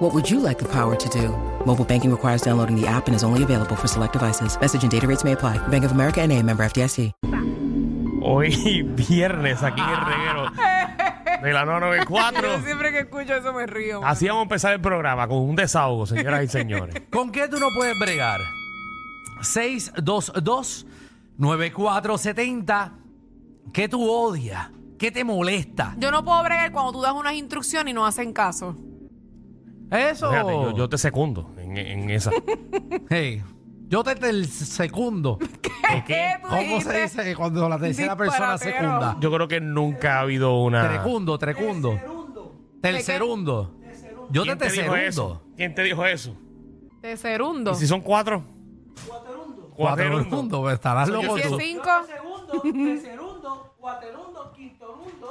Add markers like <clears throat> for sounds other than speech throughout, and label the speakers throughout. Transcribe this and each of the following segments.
Speaker 1: What would you like the power to do? Mobile banking requires downloading the app and is only available for select devices. Message and data rates may apply. Bank of America and a member FDIC.
Speaker 2: Hoy <laughs> viernes aquí en el reguero de la 994.
Speaker 3: <laughs> Yo siempre que escucho eso me río.
Speaker 2: Así vamos a empezar el programa con un desahogo, señoras y señores.
Speaker 4: ¿Con qué tú no puedes bregar? 622-9470. ¿Qué tú odias? ¿Qué te molesta?
Speaker 3: Yo no puedo bregar cuando tú das unas instrucciones y no hacen caso.
Speaker 4: Eso.
Speaker 2: Fíjate, yo, yo te secundo en, en esa.
Speaker 4: <laughs> Hey, yo te, te el segundo.
Speaker 2: ¿Qué?
Speaker 3: tú
Speaker 4: ¿Cómo se
Speaker 3: dijiste?
Speaker 4: dice cuando la tercera persona
Speaker 3: Disparatero.
Speaker 4: secunda?
Speaker 2: Yo creo que nunca ha habido una.
Speaker 4: Trecundo, trecundo. Tercerundo. Yo te
Speaker 2: ¿Quién te dijo eso?
Speaker 4: tercerundo.
Speaker 2: ¿Quién te dijo eso?
Speaker 3: Tercerundo.
Speaker 2: ¿Y si son cuatro?
Speaker 4: Cuatro
Speaker 2: Cuaterundo.
Speaker 4: mundos, estarás
Speaker 2: Soy
Speaker 4: loco
Speaker 2: yo.
Speaker 3: Si es
Speaker 4: tú.
Speaker 3: cinco.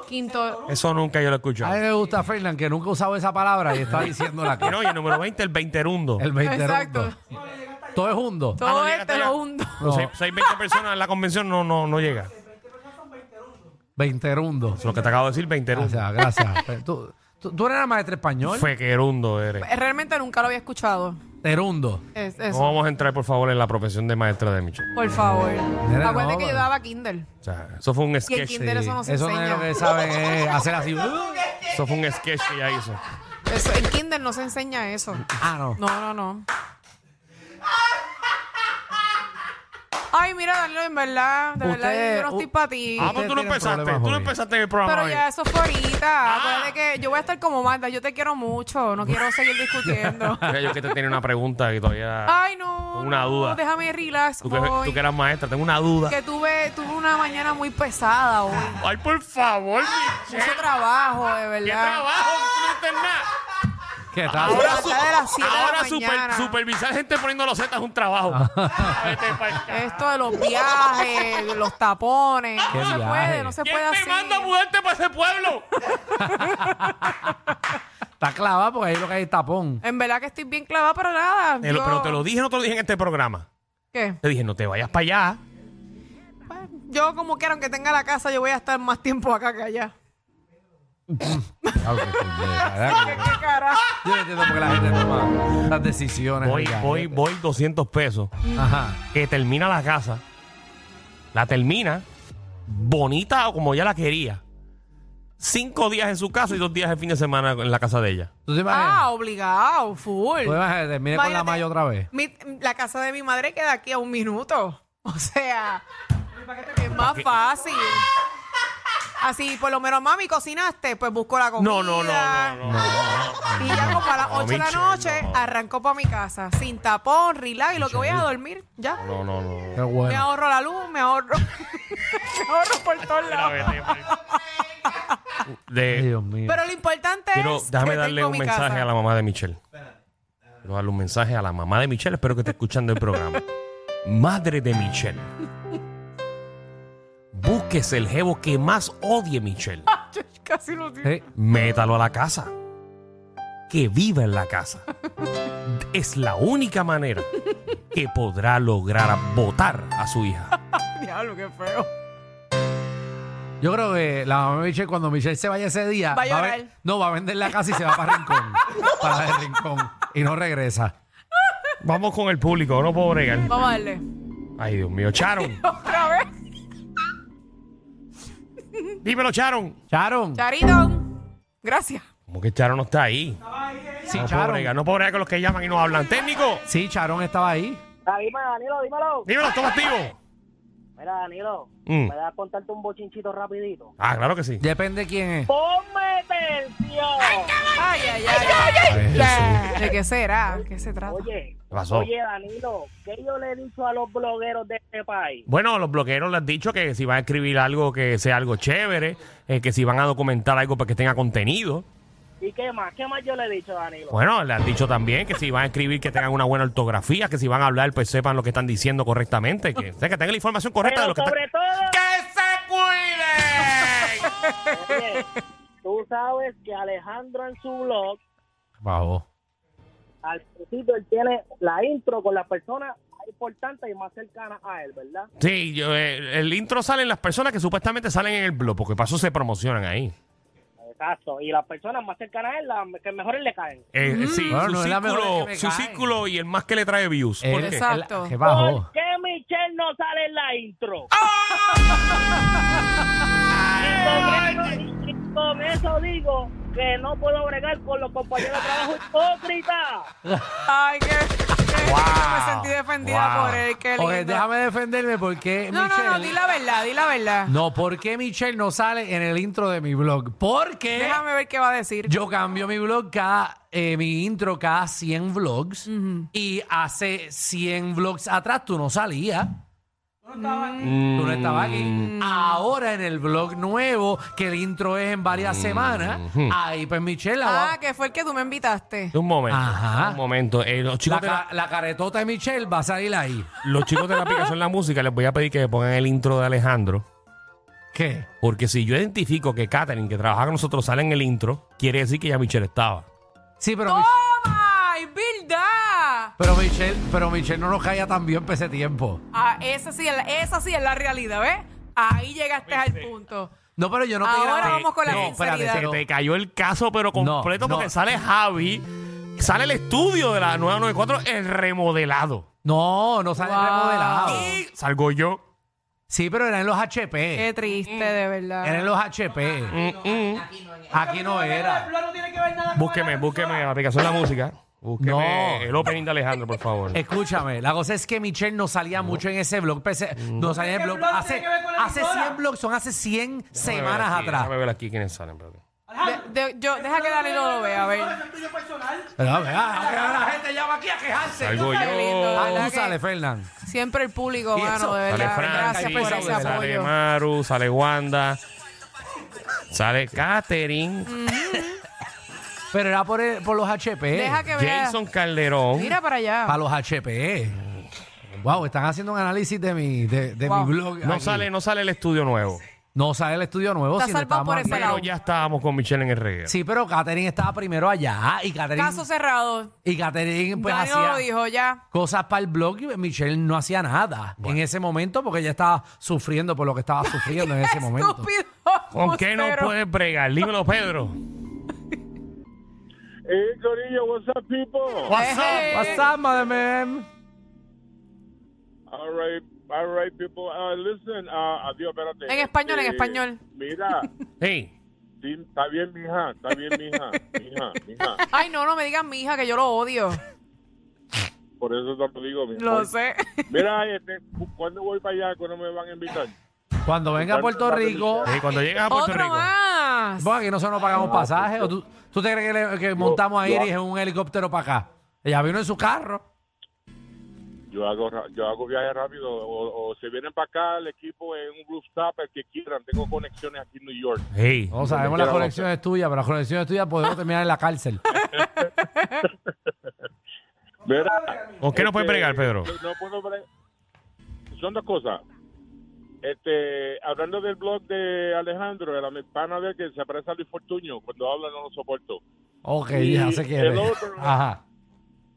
Speaker 3: Quinto.
Speaker 2: Eso nunca yo lo he
Speaker 4: A mí
Speaker 2: escuchado.
Speaker 4: me gusta Fernand que nunca ha usado esa palabra y está diciéndola
Speaker 2: Y
Speaker 4: <laughs> aquí.
Speaker 2: no, y el número 20, el 20 rundo.
Speaker 4: El 20
Speaker 3: Exacto.
Speaker 4: Todo es hundo.
Speaker 2: Ah, no,
Speaker 3: Todo este
Speaker 2: llegaste
Speaker 3: esto
Speaker 2: allá.
Speaker 3: lo hundo.
Speaker 4: No.
Speaker 2: Si hay- si hay 20 personas en la convención, no, no, no llega. Eso
Speaker 4: 20
Speaker 2: es lo que te acabo de decir, 20 rundo.
Speaker 4: Gracias, gracias. Pero tú, tú, tú eres la maestra español.
Speaker 2: Fequerundo eres.
Speaker 3: Realmente nunca lo había escuchado.
Speaker 4: Terundo.
Speaker 3: Es-
Speaker 2: No
Speaker 3: eso.
Speaker 2: vamos a entrar, por favor, en la profesión de maestra de Micho.
Speaker 3: Por favor.
Speaker 4: Mira,
Speaker 3: Acuérdate
Speaker 4: no,
Speaker 3: que yo
Speaker 4: pero-
Speaker 3: daba Kindle.
Speaker 2: O sea, eso fue un
Speaker 3: Y el
Speaker 2: sketch.
Speaker 3: kinder eso no se
Speaker 4: eso no es
Speaker 3: enseña.
Speaker 4: lo
Speaker 3: <laughs>
Speaker 4: que saben es hacer así.
Speaker 2: Eso fue un sketch que ella hizo.
Speaker 3: Ah, Eso- el Kindle no se enseña eso.
Speaker 4: Ah, no.
Speaker 3: No, no, no. Ay, mira, Danilo, en verdad, de verdad,
Speaker 4: Usted-
Speaker 3: yo no estoy
Speaker 4: u-
Speaker 3: para ti.
Speaker 2: Ah, pues tú no
Speaker 4: tienen
Speaker 2: empezaste.
Speaker 4: problemas
Speaker 2: Tú no
Speaker 4: hoy.
Speaker 2: empezaste en el programa.
Speaker 3: Pero
Speaker 2: hoy.
Speaker 3: ya eso fue ahorita.
Speaker 2: Ah.
Speaker 3: Acuérdate que yo voy a estar como Marta. Yo te quiero mucho. No quiero seguir
Speaker 2: <laughs>
Speaker 3: discutiendo.
Speaker 2: Mira, yo que te tenía una pregunta y todavía.
Speaker 3: Ay, no.
Speaker 2: Tengo una
Speaker 3: no,
Speaker 2: duda.
Speaker 3: déjame relax
Speaker 2: Tú que,
Speaker 3: hoy.
Speaker 2: tú que eras maestra, tengo una duda.
Speaker 3: Que tuve, tuve una mañana muy pesada hoy.
Speaker 2: Ay, por favor, Michelle.
Speaker 3: Mucho trabajo, de verdad.
Speaker 2: ¿Qué trabajo? Tú no estás en nada.
Speaker 4: ¿Qué tal?
Speaker 2: Ahora,
Speaker 3: Hasta
Speaker 2: su-
Speaker 3: de las siete de la
Speaker 2: ahora super-
Speaker 3: mañana.
Speaker 2: supervisar gente poniendo los es un trabajo.
Speaker 4: Ah.
Speaker 2: Ah, Vete
Speaker 3: <laughs>
Speaker 2: pa'l ca-
Speaker 3: Esto de los viajes, de los tapones.
Speaker 4: Qué
Speaker 3: No se
Speaker 4: viaje.
Speaker 3: puede, no se
Speaker 2: ¿Quién
Speaker 3: puede
Speaker 2: te
Speaker 3: así.
Speaker 2: manda a mudarte para ese
Speaker 3: <laughs>
Speaker 2: pueblo?
Speaker 4: Está clavada porque ahí lo que hay
Speaker 3: <laughs>
Speaker 4: es tapón.
Speaker 3: En verdad que estoy bien clavada, pero nada.
Speaker 2: Te Eh, lo-
Speaker 3: yo-
Speaker 2: Pero te lo dije, no te lo dije en este programa.
Speaker 3: ¿Qué?
Speaker 2: Te dije, no te vayas para allá.
Speaker 3: Bueno, Yo como quiera, aunque tenga la casa, yo voy a estar más tiempo acá que allá.
Speaker 4: Diablo, qué puñeta, ¿verdad?
Speaker 3: ¿Qué, qué carajo?
Speaker 4: Yo no entiendo por qué la gente toma las decisiones.
Speaker 2: Voy,
Speaker 4: oiga.
Speaker 2: voy, voy 200 pesos.
Speaker 4: Ajá.
Speaker 2: que termina la casa, la termina bonita o como ella la quería. Cinco días en su casa y dos días el fin de semana en la casa de ella.
Speaker 4: ¿Tú te
Speaker 3: Ah,
Speaker 4: imaginas?
Speaker 3: obligado, full.
Speaker 4: ¿Tú te imaginas? que Termine con la
Speaker 3: Imagínate.
Speaker 4: malla otra vez.
Speaker 3: Mi- la casa de mi madre queda aquí a un minuto. O sea, es más fácil. Así, por lo menos, mami, cocinaste, pues busco la comida.
Speaker 2: No, no, no, no, no.
Speaker 3: Y ya como a las
Speaker 2: No,
Speaker 3: 8 de la
Speaker 2: Michelle,
Speaker 3: noche,
Speaker 2: no.
Speaker 3: arrancó para mi casa. Sin tapón, relax, y lo que voy a dormir, ya.
Speaker 2: No, no, no.
Speaker 4: Qué
Speaker 3: Me
Speaker 4: bueno.
Speaker 3: ahorro la luz, me ahorro. <laughs> me ahorro por todos
Speaker 2: Mira,
Speaker 3: lados.
Speaker 2: vete, vete. De-
Speaker 4: Ay, Dios mío.
Speaker 3: Pero lo importante
Speaker 2: quiero,
Speaker 3: es.
Speaker 2: déjame
Speaker 3: que
Speaker 2: darle
Speaker 3: tengo
Speaker 2: un
Speaker 3: mi
Speaker 2: mensaje
Speaker 3: casa.
Speaker 2: a la mamá de Michelle. Quiero darle un mensaje a la mamá de Michelle. Espero que esté escuchando el
Speaker 3: <laughs>
Speaker 2: programa. Madre de Michelle. Búsquese el jevo que más odie Michelle.
Speaker 3: Yo <laughs> casi no digo.
Speaker 4: Sí.
Speaker 2: métalo a la casa. Que viva en la casa. Es la única manera que podrá lograr votar a su hija.
Speaker 3: Diablo, qué feo.
Speaker 4: Yo creo que la mamá de Michelle, cuando Michelle se vaya ese día,
Speaker 3: Va a
Speaker 4: ven-
Speaker 3: llorar.
Speaker 4: no, va a vender la casa y se va
Speaker 3: <laughs>
Speaker 4: para Rincón. para el Rincón. Y no regresa.
Speaker 2: Vamos con el público, no puedo bregar.
Speaker 3: Vamos a darle. <laughs>
Speaker 2: Ay, Dios mío, Charon.
Speaker 3: Otra vez.
Speaker 2: Dímelo, Charon.
Speaker 4: Charon.
Speaker 3: Charito. Gracias.
Speaker 2: ¿Cómo que Charon no está ahí?
Speaker 4: Sí,
Speaker 2: No puedo
Speaker 4: Charon.
Speaker 2: bregar, no puedo bregar con los que llaman y nos hablan. Técnico,
Speaker 4: Sí, Charon estaba ahí.
Speaker 5: Ah, Dime, Danilo, dímelo.
Speaker 2: dímelo, toma activo.
Speaker 5: Mira, Danilo,
Speaker 2: Mm.
Speaker 5: ¿me das a contarte un bochinchito rapidito?
Speaker 2: Ah, claro que sí.
Speaker 4: Depende quién es.
Speaker 5: ¡Ponme atención!
Speaker 3: Ay, ay, ay. ¿De qué será? ¿Qué se trata?
Speaker 5: Oye,
Speaker 2: ¿Qué pasó?
Speaker 5: oye, Danilo, ¿qué yo le he dicho a los blogueros de este país?
Speaker 2: Bueno, los bloqueros les han dicho que si van a escribir algo que sea algo chévere, eh, que si van a documentar algo para que tenga contenido.
Speaker 5: ¿Y qué más? ¿Qué más yo le he dicho, Danilo?
Speaker 2: Bueno, le han dicho también que si van a escribir que tengan una buena ortografía, que si van a hablar pues sepan lo que están diciendo correctamente, que, o sea, que tengan la información correcta de
Speaker 5: Pero
Speaker 2: lo que
Speaker 5: sobre
Speaker 2: están...
Speaker 5: todo...
Speaker 2: ¿Qué
Speaker 5: Oye, tú sabes que Alejandro en su blog,
Speaker 4: Pavo.
Speaker 5: al principio él tiene la intro con las personas más importantes y más cercanas a él, ¿verdad?
Speaker 2: Sí, yo, eh, el intro salen las personas que supuestamente salen en el blog, porque para eso se promocionan ahí.
Speaker 5: Exacto. Y las personas más cercanas a él, las que mejores le caen.
Speaker 2: Eh, Sí,
Speaker 4: Bueno,
Speaker 2: su,
Speaker 4: no es la mejor
Speaker 2: círculo,
Speaker 4: que me
Speaker 2: su
Speaker 4: cae.
Speaker 2: círculo y el más que le trae views. ¿Por
Speaker 4: Él-
Speaker 2: qué?
Speaker 3: Exacto.
Speaker 4: él- Que
Speaker 5: ¿Por
Speaker 4: bajo.
Speaker 5: qué Michelle no sale en la intro? Y con eso- y Con eso digo que no puedo bregar con los compañeros de trabajo hipócritas.
Speaker 3: Ay, que, que- me sentí defendida
Speaker 4: Wow.
Speaker 3: por él. Qué
Speaker 4: Ok,
Speaker 3: lindo.
Speaker 4: déjame defenderme porque
Speaker 3: no,
Speaker 4: Michelle.
Speaker 3: no, no, di la verdad, di la verdad.
Speaker 4: No, ¿por qué Michelle no sale en el intro de mi blog? Porque
Speaker 3: Déjame ver qué va a decir.
Speaker 4: eh, yo cambio mi blog cada, eh, mi intro cada 100 vlogs y hace 100 vlogs atrás tú no salías.
Speaker 2: Mm,
Speaker 4: Tú no estabas
Speaker 3: Mm.
Speaker 4: aquí. Ahora en el blog nuevo, que el intro es en varias semanas, ahí pues Michelle la va-
Speaker 3: Mm. ah, que fue el que tú me invitaste.
Speaker 2: Un momento,
Speaker 4: Ajá.
Speaker 2: un momento. Eh, los,
Speaker 4: la,
Speaker 2: chicos de la,
Speaker 4: ca- la caretota de Michelle va a salir ahí.
Speaker 2: los chicos de la aplicación La Música les voy a pedir que me pongan el intro de Alejandro.
Speaker 4: ¿Qué?
Speaker 2: Porque si yo identifico que Katherine, que trabaja con nosotros, sale en el intro, quiere decir que ya Michelle estaba.
Speaker 4: Sí, pero, Mich-
Speaker 3: ¡Toma! ¡Es Oh, verdad!
Speaker 4: pero Michelle, pero Michelle no nos caía tan bien para ese tiempo.
Speaker 3: Ah, esa, sí, es la- esa sí es la realidad, ¿ves? Ahí llegaste al punto.
Speaker 4: No, pero yo no te
Speaker 3: Ahora
Speaker 4: grabé-
Speaker 3: vamos con la
Speaker 4: No, espérate,
Speaker 3: sinceridad.
Speaker 2: Se
Speaker 4: pero-
Speaker 2: te cayó el caso, pero completo,
Speaker 4: no.
Speaker 2: porque sale Javi, sale el estudio de la 994, el remodelado.
Speaker 4: No, no sale
Speaker 3: Wow. Ah.
Speaker 4: remodelado.
Speaker 2: Y salgo yo.
Speaker 4: Sí, pero eran los HP.
Speaker 3: Qué triste, de verdad.
Speaker 4: Eran los HP. Aquí no era.
Speaker 2: Búsqueme, búsqueme la aplicación de la música. Búsqueme
Speaker 4: No.
Speaker 2: el opening de Alejandro, por favor.
Speaker 4: Escúchame, la cosa es que Michelle no salía mucho en ese blog. pese- no salía en el blog. Hace, hace 100 blogs, son hace 100
Speaker 2: Déjame ver
Speaker 4: semanas
Speaker 2: aquí,
Speaker 4: atrás.
Speaker 2: Déjame ver aquí quiénes salen, brother.
Speaker 3: De- de- yo, deja que Danilo lo vea, a ver.
Speaker 4: Pero, a ver, a ver, la gente llama aquí a quejarse.
Speaker 2: Salgo yo.
Speaker 3: Qué lindo, de
Speaker 4: Ah,
Speaker 3: verdad
Speaker 4: tú sales,
Speaker 3: que
Speaker 4: Fernán.
Speaker 3: Siempre el público,
Speaker 4: Y eso.
Speaker 3: mano, de
Speaker 2: Sale
Speaker 3: verdad. Pues Gracias
Speaker 2: Francis,
Speaker 3: por ese
Speaker 4: Francis,
Speaker 2: sale
Speaker 3: apoyo.
Speaker 2: Maru, sale Wanda, sale Katherine,
Speaker 4: Pero era por, el- por los HP.
Speaker 3: Deja que vea.
Speaker 2: Jason Calderón.
Speaker 3: Mira para allá.
Speaker 4: Para los HP. Wow, están haciendo un análisis de mi, de, de
Speaker 3: Wow.
Speaker 4: mi blog.
Speaker 2: No
Speaker 4: aquí.
Speaker 2: sale, no sale el estudio nuevo.
Speaker 4: No sale el estudio nuevo.
Speaker 3: Está
Speaker 4: si no
Speaker 3: salvado
Speaker 4: estábamos
Speaker 3: por ese
Speaker 4: aquí.
Speaker 2: Pero
Speaker 3: lado.
Speaker 2: ya estábamos con Michelle en el reguero.
Speaker 4: Sí, pero Katherine estaba primero allá y Katherine,
Speaker 3: Caso cerrado.
Speaker 4: y Katherine pues
Speaker 3: Danilo
Speaker 4: hacía
Speaker 3: lo dijo ya.
Speaker 4: cosas para el blog y Michelle no hacía nada en ese momento porque ella estaba sufriendo por lo que estaba sufriendo en ese momento.
Speaker 3: Estúpido. eh,
Speaker 2: ¿Con qué no
Speaker 3: embustero.
Speaker 2: puedes bregar? Dímelo, Pedro.
Speaker 5: Hey, Corillo, what's up, people?
Speaker 2: What's
Speaker 3: eh,
Speaker 2: up?
Speaker 4: What's up, madre mía?
Speaker 5: All right, all right, people. Uh, listen, uh, adiós, espérate.
Speaker 3: En español, en
Speaker 5: Eh,
Speaker 3: español. <laughs>
Speaker 5: Mira,
Speaker 2: Hey,
Speaker 5: sí, está bien, mija, está bien, mija, mija, mija.
Speaker 3: Ay, no, no me digan mi hija que yo lo odio.
Speaker 5: Por eso te lo digo, mija.
Speaker 3: Lo sé.
Speaker 5: Mira, este, cu- ¿cuándo voy para allá? ¿Cuándo me van a invitar?
Speaker 4: Cuando venga a Puerto Rico,
Speaker 2: hey, cuando llegas a Puerto
Speaker 3: Otro
Speaker 2: Rico.
Speaker 3: más.
Speaker 4: bueno, aquí nosotros no
Speaker 5: Ah,
Speaker 4: pagamos pasajes. ¿o tú, tú te crees que, le- que montamos a Iris en un helicóptero para acá? Ella vino en su carro.
Speaker 5: Yo hago, ra- yo hago viaje rápido. O, o se vienen para acá el equipo en un rooftop, el que quieran. Tengo conexiones aquí en New York.
Speaker 2: Hey,
Speaker 4: No sabemos
Speaker 5: quiera
Speaker 4: las colecciones tuyas, pero las colecciones tuyas podemos terminar en la cárcel.
Speaker 5: Mira,
Speaker 2: ¿con qué no puedes
Speaker 5: este,
Speaker 2: bregar, Pedro?
Speaker 5: No puedo bregar. Son dos cosas. Este, hablando del blog de Alejandro, de la pana de él que se parece a Luis Fortuño, cuando habla no lo soporto.
Speaker 4: Ok,
Speaker 5: Y
Speaker 4: ya se quiere.
Speaker 5: el otro-
Speaker 4: Ajá.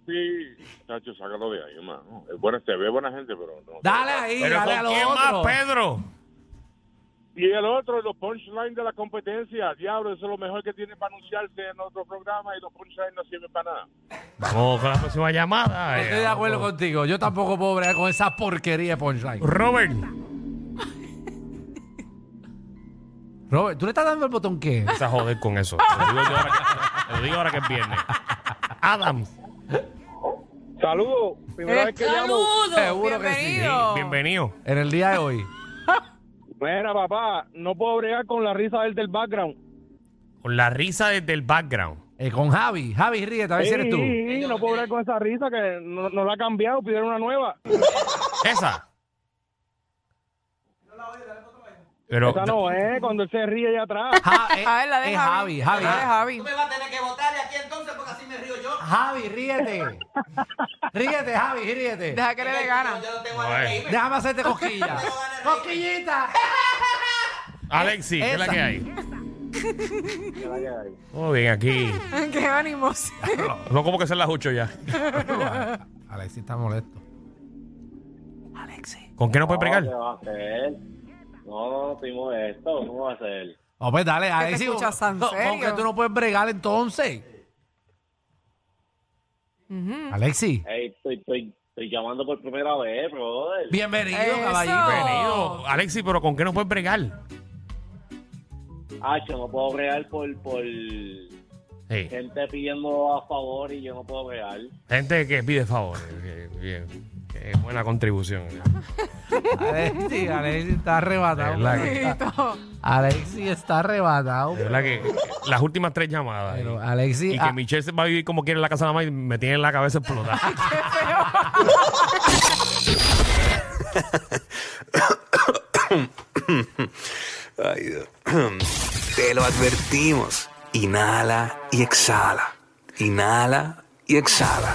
Speaker 5: Sí, Tacho, sácalo de ahí, hermano. Es buena, se ve buena gente, pero no.
Speaker 4: Dale ahí,
Speaker 2: ¿Pero
Speaker 4: dale a
Speaker 2: con
Speaker 4: los
Speaker 2: qué más,
Speaker 4: otros.
Speaker 2: Pedro?
Speaker 5: Y el otro, los punchlines de la competencia. Diablo, eso es lo mejor que tiene para anunciarse en otro programa y los punchlines no sirven para nada.
Speaker 2: Vamos con la próxima llamada. eh.
Speaker 4: Estoy de acuerdo contigo. Yo tampoco puedo bregar con esa porquería de punchline.
Speaker 2: Robert,
Speaker 4: Robert, ¿tú le estás dando el botón qué?
Speaker 2: vas a joder con eso. Te lo digo, yo ahora que, te lo digo ahora que es viernes. Adam,
Speaker 5: Saludos. Primera vez que llamo.
Speaker 4: Seguro que sí.
Speaker 3: Bienvenido.
Speaker 2: bienvenido.
Speaker 4: En el día de hoy.
Speaker 5: Mira, papá, no puedo bregar con la risa del, del background.
Speaker 2: Con la risa desde el background.
Speaker 4: Eh, con Javi. Javi, ríete, a ver si eres tú.
Speaker 5: Sí, no puedo bregar con esa risa que no, no la ha cambiado, pidieron una nueva.
Speaker 2: Esa. Pero,
Speaker 5: Esa no eh. es, cuando él se ríe allá atrás.
Speaker 3: <laughs>
Speaker 4: Ja- eh,
Speaker 3: A ver, la de
Speaker 4: eh,
Speaker 3: Javi.
Speaker 4: Javi.
Speaker 3: La
Speaker 4: Javi,
Speaker 3: de Javi.
Speaker 6: me va a tener que votar de aquí entonces porque así me río yo.
Speaker 4: Javi,
Speaker 3: <laughs>
Speaker 4: ríete. ríete, Javi, ríete.
Speaker 3: Deja que le dé ganas.
Speaker 6: Yo no tengo
Speaker 2: Ay.
Speaker 3: <laughs>
Speaker 6: ganas de reírme.
Speaker 4: Déjame hacerte cosquillas. ¡Cosquillita!
Speaker 2: Alexi, ¿qué es la
Speaker 3: Esa.
Speaker 2: que hay? Muy bien, aquí.
Speaker 3: <laughs> ¡Qué ánimos!
Speaker 2: No, no como que se las 8 ya.
Speaker 4: Alexi está molesto.
Speaker 2: ¿Con qué no puede pregar?
Speaker 7: ¿Qué va a hacer? No, no estoy molesto. ¿Cómo va a hacer?
Speaker 4: No, pues dale,
Speaker 3: te
Speaker 4: Alexi.
Speaker 3: escuchas tan
Speaker 4: ¿con- con- ¿Con
Speaker 3: serio?
Speaker 4: qué tú no puedes bregar entonces? Alexi,
Speaker 7: Ey, estoy, estoy, estoy llamando por primera vez, brother.
Speaker 4: bienvenido,
Speaker 3: Eso.
Speaker 4: caballito.
Speaker 2: Bienvenido. Alexi, pero ¿con qué no puede pregar?
Speaker 7: Hacho, no puedo real por, por
Speaker 2: Sí.
Speaker 7: gente pidiendo a favor y yo no puedo real.
Speaker 2: Gente que pide favores. Bien, bien. Qué buena contribución.
Speaker 4: Alexi, Alexi está
Speaker 2: De
Speaker 4: arrebatado.
Speaker 2: verdad que-
Speaker 4: Alexi está arrebatado.
Speaker 2: De verdad que las últimas tres llamadas.
Speaker 4: Pero
Speaker 2: y-
Speaker 4: Alexi,
Speaker 2: y que
Speaker 4: ah,
Speaker 2: Michelle se va a vivir como quiere en la casa de la mamá y me tiene en la cabeza explotada.
Speaker 8: <laughs> Ay, Dios. <clears throat> Te lo advertimos. Inhala y exhala. Inhala y exhala.